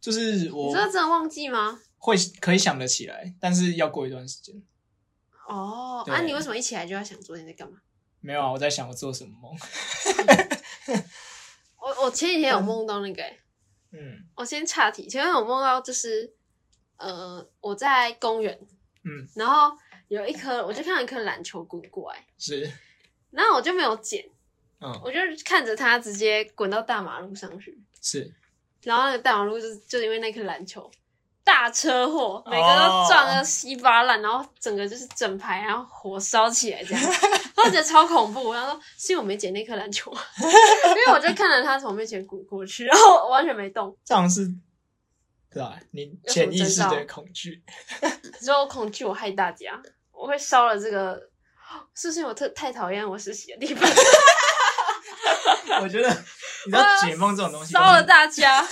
[SPEAKER 2] 就是我
[SPEAKER 1] 你真的真的忘记吗？
[SPEAKER 2] 会可以想得起来，但是要过一段时间。
[SPEAKER 1] 哦，
[SPEAKER 2] 对
[SPEAKER 1] 啊，你为什么一起来就要想昨天在干嘛？
[SPEAKER 2] 没有啊，我在想我做什么梦。
[SPEAKER 1] 我我前几天有梦到那个、欸，
[SPEAKER 2] 嗯
[SPEAKER 1] 我先岔题，前面有梦到就是，呃，我在公园，
[SPEAKER 2] 嗯，
[SPEAKER 1] 然后有一颗，我就看到一颗篮球滚过来，
[SPEAKER 2] 是，
[SPEAKER 1] 然后我就没有捡，
[SPEAKER 2] 嗯
[SPEAKER 1] 我就看着它直接滚到大马路上去，
[SPEAKER 2] 是，
[SPEAKER 1] 然后那个大马路就是就因为那颗篮球大车祸，
[SPEAKER 2] 哦
[SPEAKER 1] 每个都撞得稀巴烂，然后整个就是整排，然后火烧起来 这样，然后我觉得超恐怖。然后说是因为我没捡那颗篮球 吗，因为我就看着它从我面前滚过去，然后我完全没动，
[SPEAKER 2] 这好像是，对啊，你潜意识
[SPEAKER 1] 有什么征
[SPEAKER 2] 的
[SPEAKER 1] 兆
[SPEAKER 2] 恐惧。
[SPEAKER 1] 之后恐惧我害大家，我会烧了这个。是不是因为我特太讨厌我实习的地方，
[SPEAKER 2] 我觉得你知道解梦这种东西，
[SPEAKER 1] 呃烧了大家，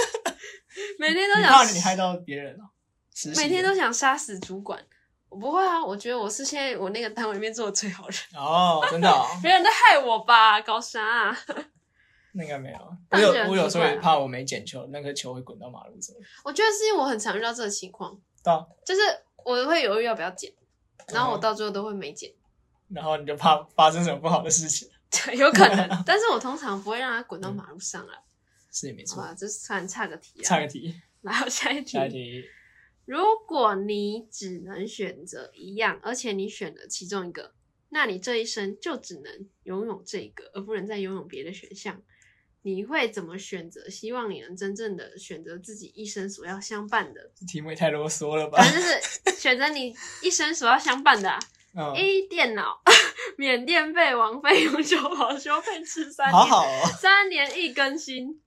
[SPEAKER 1] 每天都
[SPEAKER 2] 你
[SPEAKER 1] 想
[SPEAKER 2] 怕你害到别人哦。实习
[SPEAKER 1] 每天都想杀死主管。我不会啊，我觉得我是现在我那个单位里面做的最好的人。
[SPEAKER 2] 哦，真的哦，
[SPEAKER 1] 别人在害我吧？搞啥、啊？
[SPEAKER 2] 那个没有。我
[SPEAKER 1] 但是
[SPEAKER 2] 有
[SPEAKER 1] 很
[SPEAKER 2] 我有时
[SPEAKER 1] 奇
[SPEAKER 2] 候
[SPEAKER 1] 怪啊
[SPEAKER 2] 也怕我没捡球，那个球会滚到马路上。
[SPEAKER 1] 我觉得是因为我很常遇到这个情况，
[SPEAKER 2] 对啊，
[SPEAKER 1] 就是我会犹豫要不要剪，然后我
[SPEAKER 2] 嗯
[SPEAKER 1] 到最后都会没剪，
[SPEAKER 2] 然后你就怕发生什么不好的事情，
[SPEAKER 1] 对，有可 能。但是我通常不会让它滚到马路上来。
[SPEAKER 2] 嗯是也没
[SPEAKER 1] 好
[SPEAKER 2] 错。
[SPEAKER 1] 吧，这突然岔个题啊
[SPEAKER 2] 差。个题，
[SPEAKER 1] 然后下一题
[SPEAKER 2] 下，一题，
[SPEAKER 1] 如果你只能选择一样，而且你选了其中一个，那你这一生就只能拥有这一个，而不能再拥有别的选项。你会怎么选择？希望你能真正的选择自己一生所要相伴的
[SPEAKER 2] 这题目也太啰嗦了吧？
[SPEAKER 1] 反正就是选择你一生所要相伴的、啊。
[SPEAKER 2] 嗯，
[SPEAKER 1] A 电脑，缅甸费、王费、永久保修费吃三年，
[SPEAKER 2] 好好哦，
[SPEAKER 1] 三年一更新。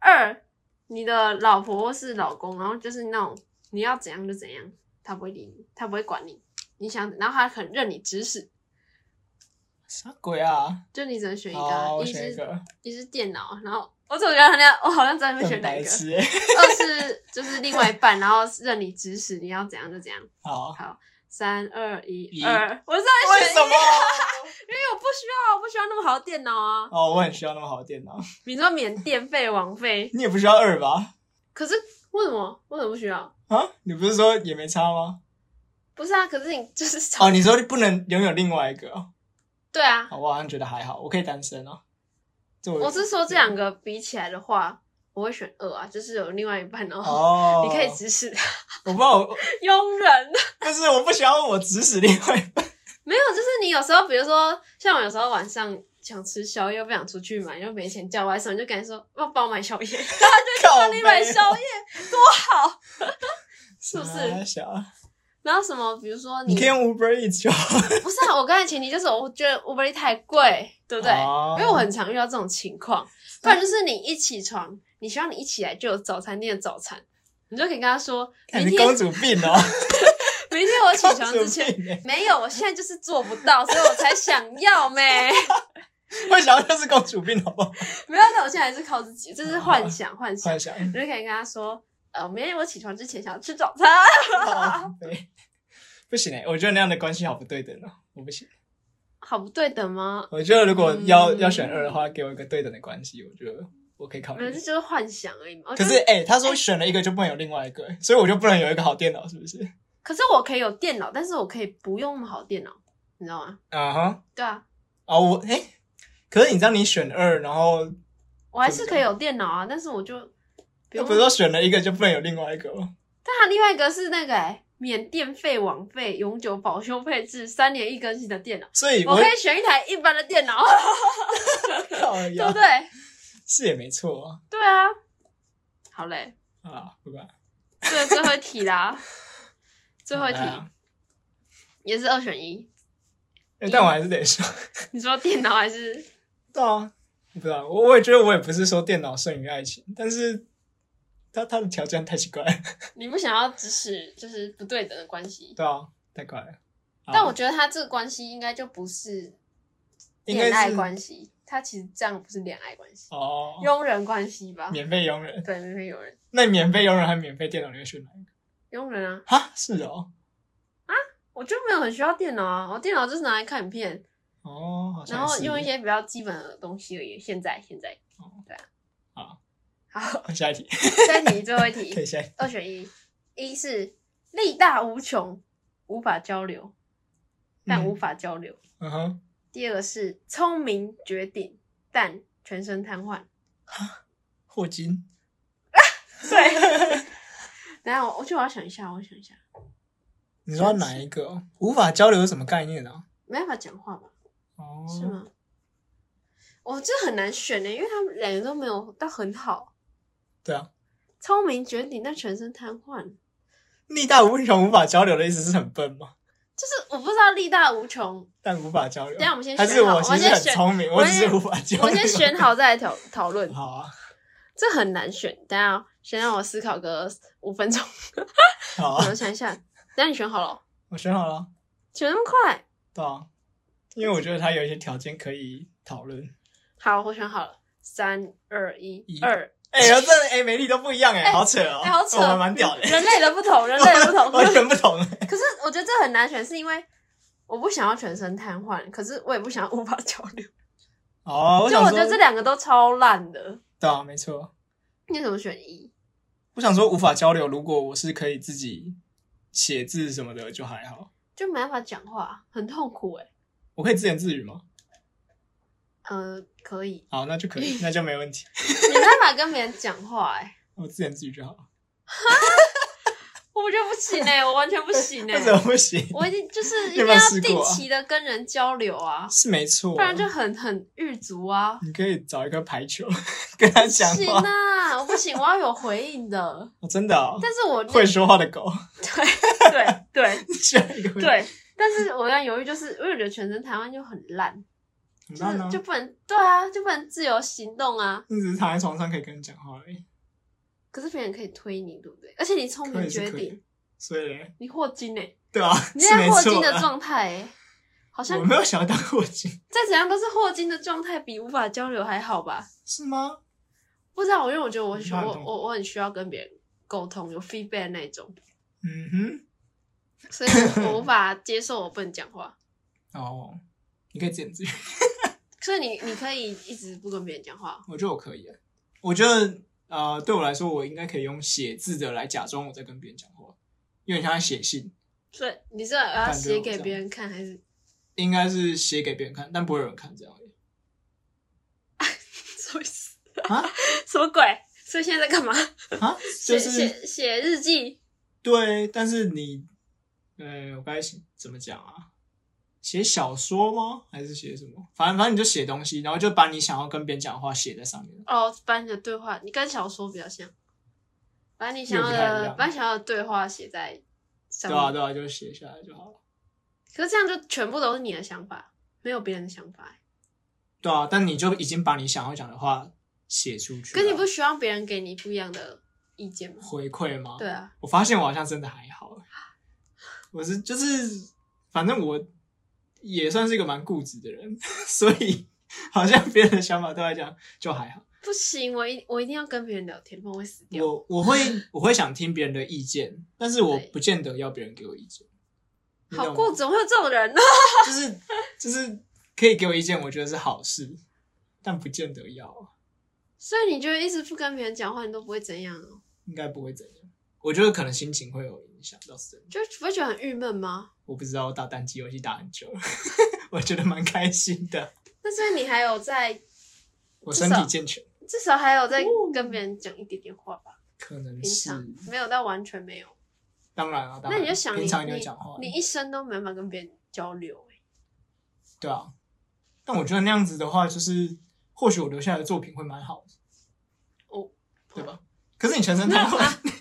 [SPEAKER 1] 二，你的老婆或是老公，然后就是那种你要怎样就怎样，他不会理你，他不会管你，你想，然后他很任你指使，
[SPEAKER 2] 啥鬼啊？
[SPEAKER 1] 就你只能选一个啊、
[SPEAKER 2] 哦好，我
[SPEAKER 1] 一
[SPEAKER 2] 选一
[SPEAKER 1] 是
[SPEAKER 2] 个，
[SPEAKER 1] 一是电脑，然后我总觉得好像我好像真的会选
[SPEAKER 2] 很
[SPEAKER 1] 哪一
[SPEAKER 2] 白
[SPEAKER 1] 个，
[SPEAKER 2] 痴欸。
[SPEAKER 1] 二是就是另外一半，然后任你指使，你要怎样就怎样。
[SPEAKER 2] 好，
[SPEAKER 1] 三二一
[SPEAKER 2] 一
[SPEAKER 1] 二，我在
[SPEAKER 2] 为
[SPEAKER 1] 选
[SPEAKER 2] 什么？
[SPEAKER 1] 因为我不需要，我不需要那么好的电脑啊。
[SPEAKER 2] 哦，我很需要那么好的电脑，
[SPEAKER 1] 你说免电费、网费，
[SPEAKER 2] 你也不需要二吧？
[SPEAKER 1] 可是为什么？为什么不需要？
[SPEAKER 2] 啊，你不是说也没差吗？
[SPEAKER 1] 不是啊，可是你就是找、
[SPEAKER 2] 哦，你说不能拥有另外一个哦，
[SPEAKER 1] 对啊。
[SPEAKER 2] 哦我好像觉得还好，我可以单身哦。这我
[SPEAKER 1] 我是说这两个比起来的话，我会选二啊，就是有另外一半哦。
[SPEAKER 2] 哦，
[SPEAKER 1] 你可以指使他
[SPEAKER 2] 我不知道，我
[SPEAKER 1] 佣人，
[SPEAKER 2] 但是我不想要我指使另外一 半。
[SPEAKER 1] 没有，就是你有时候，比如说像我有时候晚上想吃宵夜，不想出去买，又没钱叫外送，你就赶紧说要帮我买宵夜， 然后他
[SPEAKER 2] 靠
[SPEAKER 1] 就帮你买
[SPEAKER 2] 背哦
[SPEAKER 1] 宵夜，多 好。是不嗯是
[SPEAKER 2] 傻啊小？
[SPEAKER 1] 然后什么，比如说
[SPEAKER 2] 哎你可以用 Uber Eats 就好。
[SPEAKER 1] 不是啊，我刚才前提就是我觉得 Uber Eats 太贵，对不对？
[SPEAKER 2] 哦
[SPEAKER 1] 因为我很常遇到这种情况，不然就是你一起床，你希望你一起来就有早餐店的早餐，你就可以跟他说，
[SPEAKER 2] 看
[SPEAKER 1] 明
[SPEAKER 2] 你
[SPEAKER 1] 天
[SPEAKER 2] 公主病哦，
[SPEAKER 1] 明天 我起
[SPEAKER 2] 公
[SPEAKER 1] 床之
[SPEAKER 2] 主
[SPEAKER 1] 前。
[SPEAKER 2] 病欸，
[SPEAKER 1] 没有，我现在就是做不到，所以我才想要 咩。
[SPEAKER 2] 我想要就是公主病，好不好？
[SPEAKER 1] 没有，但我现在还是靠自己，这是幻
[SPEAKER 2] 哦
[SPEAKER 1] 想，幻想。
[SPEAKER 2] 幻想，
[SPEAKER 1] 你就可以跟他说，呃，明天我起床之前想要吃 早餐。
[SPEAKER 2] 靠背 不行哎，我觉得那样的关系好不对等哦，我不行。
[SPEAKER 1] 好不对等吗？
[SPEAKER 2] 我觉得如果要、
[SPEAKER 1] 嗯
[SPEAKER 2] 要选二的话，给我一个对等的关系，我觉得我可以考
[SPEAKER 1] 没有，
[SPEAKER 2] 虑
[SPEAKER 1] 这。就是幻想而已嘛。我就
[SPEAKER 2] 可
[SPEAKER 1] 是
[SPEAKER 2] 哎、欸他说选了一个就不能有另外一个、欸所以我就不能有一个好电脑，是不是？
[SPEAKER 1] 可是我可以有电脑，但是我可以不用那么好的电脑，你知道吗？
[SPEAKER 2] 啊哈，
[SPEAKER 1] 对啊，
[SPEAKER 2] 啊我哎、可是你知道你选二，然后
[SPEAKER 1] 我还是可以有电脑啊，但是我就不
[SPEAKER 2] 那
[SPEAKER 1] 用
[SPEAKER 2] 不是说选了一个就不能有另外一个吗？
[SPEAKER 1] 但它另外一个是那个、欸、免电费、网费、永久保修配置、三年一更新的电脑，
[SPEAKER 2] 所以
[SPEAKER 1] 我
[SPEAKER 2] 我
[SPEAKER 1] 可以选一台一般的电脑，
[SPEAKER 2] 靠
[SPEAKER 1] 对不
[SPEAKER 2] 呀，
[SPEAKER 1] 对？
[SPEAKER 2] 是也没错
[SPEAKER 1] 对啊，好嘞，
[SPEAKER 2] 啊，啊，不管
[SPEAKER 1] 这最后一题 啦，最后一题
[SPEAKER 2] 好啊啦
[SPEAKER 1] 也是二选一，
[SPEAKER 2] 欸但我还是得说，
[SPEAKER 1] 你说电脑还是
[SPEAKER 2] 对啊，不知道，我我也觉得我也不是说电脑胜于爱情，但是他他的条件太奇怪了，
[SPEAKER 1] 你不想要指使就是不对等的关系？
[SPEAKER 2] 对啊，太怪了。好
[SPEAKER 1] 但我觉得他这个关系应该就不是
[SPEAKER 2] 应该
[SPEAKER 1] 恋爱
[SPEAKER 2] 是
[SPEAKER 1] 关系，他其实这样不是恋爱关系，
[SPEAKER 2] 哦，
[SPEAKER 1] 佣人关系吧？
[SPEAKER 2] 免费佣人，
[SPEAKER 1] 对，没非有人
[SPEAKER 2] 那你免费佣人还免费电脑，你会选哪一个？
[SPEAKER 1] 佣人啊，
[SPEAKER 2] 哈，是哦，
[SPEAKER 1] 我就没有很需要电脑啊，我电脑就是拿来看影片，
[SPEAKER 2] 哦，好像
[SPEAKER 1] 然后
[SPEAKER 2] 是
[SPEAKER 1] 用一些比较基本的东西而已。现在现在
[SPEAKER 2] 哦，
[SPEAKER 1] 对啊，
[SPEAKER 2] 好，
[SPEAKER 1] 好，
[SPEAKER 2] 下一题，
[SPEAKER 1] 再题最后一
[SPEAKER 2] 可以
[SPEAKER 1] 题，
[SPEAKER 2] 下一题，
[SPEAKER 1] 二选一，一是力大无穷，无法交流，但无法交流；
[SPEAKER 2] 嗯哼，
[SPEAKER 1] 第二个是聪明绝顶，但全身瘫 痪。
[SPEAKER 2] 霍金，
[SPEAKER 1] 对，等一下我，我就我要想一下，我想一下，
[SPEAKER 2] 你说哪一个？无法交流是什么概念啊？
[SPEAKER 1] 没办法讲话吧？
[SPEAKER 2] 哦，
[SPEAKER 1] 是？吗？我这很难选欸呢，因为他们两个都没有到很好，
[SPEAKER 2] 对啊，
[SPEAKER 1] 聪明绝顶，但全身瘫痪，
[SPEAKER 2] 力大无穷无法交流的意思是很笨吗？
[SPEAKER 1] 就是我不知道力大无穷。
[SPEAKER 2] 但无法交流。
[SPEAKER 1] 等一下我们先
[SPEAKER 2] 还
[SPEAKER 1] 选
[SPEAKER 2] 是
[SPEAKER 1] 好
[SPEAKER 2] 我
[SPEAKER 1] 我
[SPEAKER 2] 其实
[SPEAKER 1] 先
[SPEAKER 2] 很
[SPEAKER 1] 选
[SPEAKER 2] 聪明，
[SPEAKER 1] 我
[SPEAKER 2] 我只
[SPEAKER 1] 先
[SPEAKER 2] 是无法交流。
[SPEAKER 1] 我先选。好再来讨讨 论，
[SPEAKER 2] 好啊，
[SPEAKER 1] 这很难选。等一下先让我思考个五分钟，
[SPEAKER 2] 好啊
[SPEAKER 1] 我，想一下。等一下你选好了哦，
[SPEAKER 2] 我选好了，
[SPEAKER 1] 选那么快？
[SPEAKER 2] 对啊，因为我觉得他有一些条件可以讨论。
[SPEAKER 1] 好，我选好了，三二一
[SPEAKER 2] 一，
[SPEAKER 1] 二。
[SPEAKER 2] 哎呀，这哎每题都不一样哎，好扯哦，
[SPEAKER 1] 哎，好扯，
[SPEAKER 2] 我还 蛮屌的，
[SPEAKER 1] 人类的不 同，人类的不同，
[SPEAKER 2] 完全不同哎。
[SPEAKER 1] 可是我觉得这很难选，是因为我不想要全身瘫痪，可是我也不想要无法交流。
[SPEAKER 2] 哦，我
[SPEAKER 1] 就
[SPEAKER 2] 想
[SPEAKER 1] 我
[SPEAKER 2] 说，
[SPEAKER 1] 觉得这两个都超烂的，
[SPEAKER 2] 对啊，没错。
[SPEAKER 1] 你怎么选一？
[SPEAKER 2] 我想说无法交流，如果我是可以自己写字什么的就还好，
[SPEAKER 1] 就没办法讲话，很痛苦哎、
[SPEAKER 2] 我可以自言自语吗？
[SPEAKER 1] 呃，可以，
[SPEAKER 2] 好，那就可以，那就没问题，
[SPEAKER 1] 没办法跟别人讲话哎、
[SPEAKER 2] 我自言自语就好了。
[SPEAKER 1] 我觉得不行哎、我完全不行哎、
[SPEAKER 2] 为什么不行？
[SPEAKER 1] 我一定就是一
[SPEAKER 2] 有
[SPEAKER 1] 定
[SPEAKER 2] 没有
[SPEAKER 1] 要
[SPEAKER 2] 试
[SPEAKER 1] 定
[SPEAKER 2] 过啊
[SPEAKER 1] 期的跟人交流啊，
[SPEAKER 2] 是没错，
[SPEAKER 1] 不然就很很狱卒啊。
[SPEAKER 2] 你可以找一个排球跟他讲
[SPEAKER 1] 行
[SPEAKER 2] 话，
[SPEAKER 1] 啊，我不行，我要有回应 的。
[SPEAKER 2] 哦真的、哦、
[SPEAKER 1] 但是我那
[SPEAKER 2] 会说话的狗，
[SPEAKER 1] 对对
[SPEAKER 2] 需要一个 会
[SPEAKER 1] 对，但是我在犹豫，就是因为我觉得全身台湾就很烂，
[SPEAKER 2] 很
[SPEAKER 1] 就
[SPEAKER 2] 烂啊
[SPEAKER 1] 是就，不能对啊，就不能自由行动啊。
[SPEAKER 2] 你只是躺在床上可以跟人讲话而已，
[SPEAKER 1] 可是别人可以推你，对不对？而且你聪
[SPEAKER 2] 可
[SPEAKER 1] 明
[SPEAKER 2] 以是
[SPEAKER 1] 绝
[SPEAKER 2] 可以
[SPEAKER 1] 顶，
[SPEAKER 2] 所以嘞，
[SPEAKER 1] 你霍金哎、
[SPEAKER 2] 对啊，
[SPEAKER 1] 你
[SPEAKER 2] 是
[SPEAKER 1] 在
[SPEAKER 2] 没
[SPEAKER 1] 霍金
[SPEAKER 2] 错
[SPEAKER 1] 的
[SPEAKER 2] 啊。
[SPEAKER 1] 状态哎，好像
[SPEAKER 2] 我没有想要当霍金，
[SPEAKER 1] 再怎样都是霍金的状态比无法交流还好吧？
[SPEAKER 2] 是吗？
[SPEAKER 1] 不知道，因为我觉得我很需
[SPEAKER 2] 那
[SPEAKER 1] 我
[SPEAKER 2] 很痛苦
[SPEAKER 1] 我我很需要跟别人沟通，有 feedback 那种，
[SPEAKER 2] 嗯
[SPEAKER 1] 所 以我我无法接受我不能讲话。
[SPEAKER 2] 哼，哦，你可以自言自语，
[SPEAKER 1] 所以你你可以一直不跟别人讲话，
[SPEAKER 2] 我觉得我可以啊，我觉得呃，对我来说，我应该可以用写字的来假装我在跟别人讲话，有点像在写信，
[SPEAKER 1] 所以你是要
[SPEAKER 2] 感觉
[SPEAKER 1] 写
[SPEAKER 2] 我
[SPEAKER 1] 给
[SPEAKER 2] 这
[SPEAKER 1] 别
[SPEAKER 2] 样
[SPEAKER 1] 人看还是
[SPEAKER 2] 应该是写给别人看，但不会有人看这样而已
[SPEAKER 1] 什么意思？
[SPEAKER 2] 啊
[SPEAKER 1] 什么鬼？所以现在在干嘛？
[SPEAKER 2] 啊，
[SPEAKER 1] 写
[SPEAKER 2] 就是
[SPEAKER 1] 写写日记，
[SPEAKER 2] 对，但是你，呃，我该写怎么讲啊？写小说吗？还是写什么？反正反正你就写东西，然后就把你想要跟别人讲的话写在上面。
[SPEAKER 1] 哦，把你的对话，你跟小说比较像，把你想要
[SPEAKER 2] 又不太一
[SPEAKER 1] 的
[SPEAKER 2] 样
[SPEAKER 1] 把你想要的对话写在上
[SPEAKER 2] 对
[SPEAKER 1] 面。
[SPEAKER 2] 啊，对啊，就写下来就好了。
[SPEAKER 1] 可是这样就全部都是你的想法，没有别人的想法欸。
[SPEAKER 2] 对啊，但你就已经把你想要讲的话写出去
[SPEAKER 1] 可
[SPEAKER 2] 了。
[SPEAKER 1] 是你不希望别人给你不一样的意见吗？
[SPEAKER 2] 回馈吗？
[SPEAKER 1] 对，啊，
[SPEAKER 2] 我发现我好像真的还好欸。我是就是，反正我也算是一个蛮固执的人， 所以好像别人的想法对我来讲就还好。
[SPEAKER 1] 不行，我一我一定要跟别人聊天，不然我会死掉。
[SPEAKER 2] 我我会我会想听别人的意见，但是我
[SPEAKER 1] 对
[SPEAKER 2] 不见得要别人给我意见。你
[SPEAKER 1] 好
[SPEAKER 2] 懂
[SPEAKER 1] 过，
[SPEAKER 2] 吗
[SPEAKER 1] 怎么会有这种人呢？
[SPEAKER 2] 就是就是可以给我意见，我觉得是好事，但不见得要啊，
[SPEAKER 1] 所以你就一直不跟别人讲话，你都不会怎样哦，
[SPEAKER 2] 应该不会怎样。我觉得可能心情会有影响，倒是真的。
[SPEAKER 1] 就不会觉得很郁闷吗？
[SPEAKER 2] 我不知道，我打单机游戏打很久了， 我觉得蛮开心的，
[SPEAKER 1] 但是你还有在
[SPEAKER 2] 我身体健全。
[SPEAKER 1] 至少还有在跟别人讲一点点话吧。
[SPEAKER 2] 可能
[SPEAKER 1] 平
[SPEAKER 2] 嗯是
[SPEAKER 1] 常没有到完全没有。
[SPEAKER 2] 当然啊，当然
[SPEAKER 1] 那你就想你
[SPEAKER 2] 平常一定会
[SPEAKER 1] 你
[SPEAKER 2] 讲话，
[SPEAKER 1] 你一生都没办法跟别人交流、欸
[SPEAKER 2] 对啊。但我觉得那样子的话，就是或许我留下来的作品会蛮好的，
[SPEAKER 1] 哦，
[SPEAKER 2] 对吧？可是你全身瘫
[SPEAKER 1] 啊
[SPEAKER 2] 痪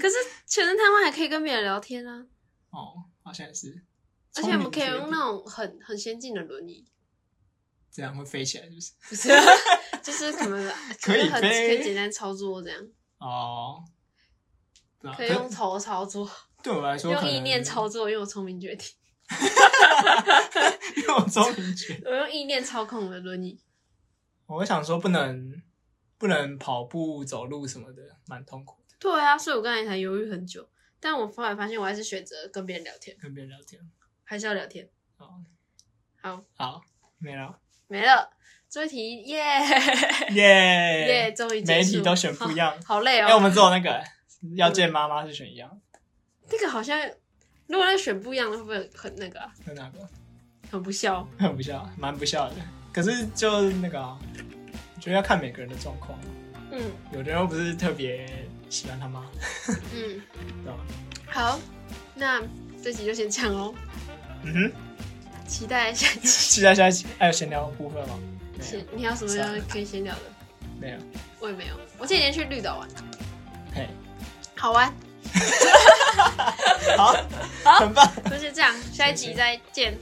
[SPEAKER 1] 可是全身瘫痪还可以跟别人聊天啊，
[SPEAKER 2] 哦，好像也是。
[SPEAKER 1] 而且我们可以
[SPEAKER 2] 聪明绝
[SPEAKER 1] 用
[SPEAKER 2] 顶
[SPEAKER 1] 那种很很先进的轮椅，
[SPEAKER 2] 这样会飞起来，是不是？
[SPEAKER 1] 不是， 就是可 能
[SPEAKER 2] 可以
[SPEAKER 1] 就是很
[SPEAKER 2] 飞
[SPEAKER 1] 可以简单操作这样，
[SPEAKER 2] 哦，对啊，
[SPEAKER 1] 可以
[SPEAKER 2] 可
[SPEAKER 1] 用头操作，
[SPEAKER 2] 对我来 说，可
[SPEAKER 1] 用
[SPEAKER 2] 能
[SPEAKER 1] 意念操作，因为我聪明绝顶，
[SPEAKER 2] 用聪明绝。
[SPEAKER 1] 我用意念操控我的轮椅，
[SPEAKER 2] 我想说，不能不能跑步、走路什么的，蛮痛苦的，
[SPEAKER 1] 对啊，所以我刚才才犹豫很久，但我后来发现我还是选择跟别人聊天，
[SPEAKER 2] 跟别人聊天。
[SPEAKER 1] 还是要聊天。
[SPEAKER 2] 哦，
[SPEAKER 1] 好，
[SPEAKER 2] 好，没了，
[SPEAKER 1] 没了，最后一题， 耶
[SPEAKER 2] 耶
[SPEAKER 1] 耶，终于结束
[SPEAKER 2] 每一题都选不一样
[SPEAKER 1] 好好累
[SPEAKER 2] 哎、
[SPEAKER 1] 哦。
[SPEAKER 2] 我们只有那个要见妈妈是选一样
[SPEAKER 1] 这个好像，如果那选不一样的，会不会很那个啊、
[SPEAKER 2] 的，那个
[SPEAKER 1] 很不孝？
[SPEAKER 2] 很不孝，蛮不孝的。可是就那个、啊，我觉得要看每个人的状况，啊
[SPEAKER 1] 嗯
[SPEAKER 2] 有的人又不是特别喜欢他妈，
[SPEAKER 1] 嗯，
[SPEAKER 2] 对吧？
[SPEAKER 1] 好，那这集就先这样喽，
[SPEAKER 2] 嗯哼，
[SPEAKER 1] 期待 下期。
[SPEAKER 2] 期待下一期还有闲聊部分吗？没有
[SPEAKER 1] 先，你还有什么要可以先聊的？
[SPEAKER 2] 没有，
[SPEAKER 1] 我也没有，我这几天去绿岛玩，
[SPEAKER 2] 嘿，
[SPEAKER 1] 好玩，
[SPEAKER 2] 好，很棒。
[SPEAKER 1] 就是这样，下一集再见，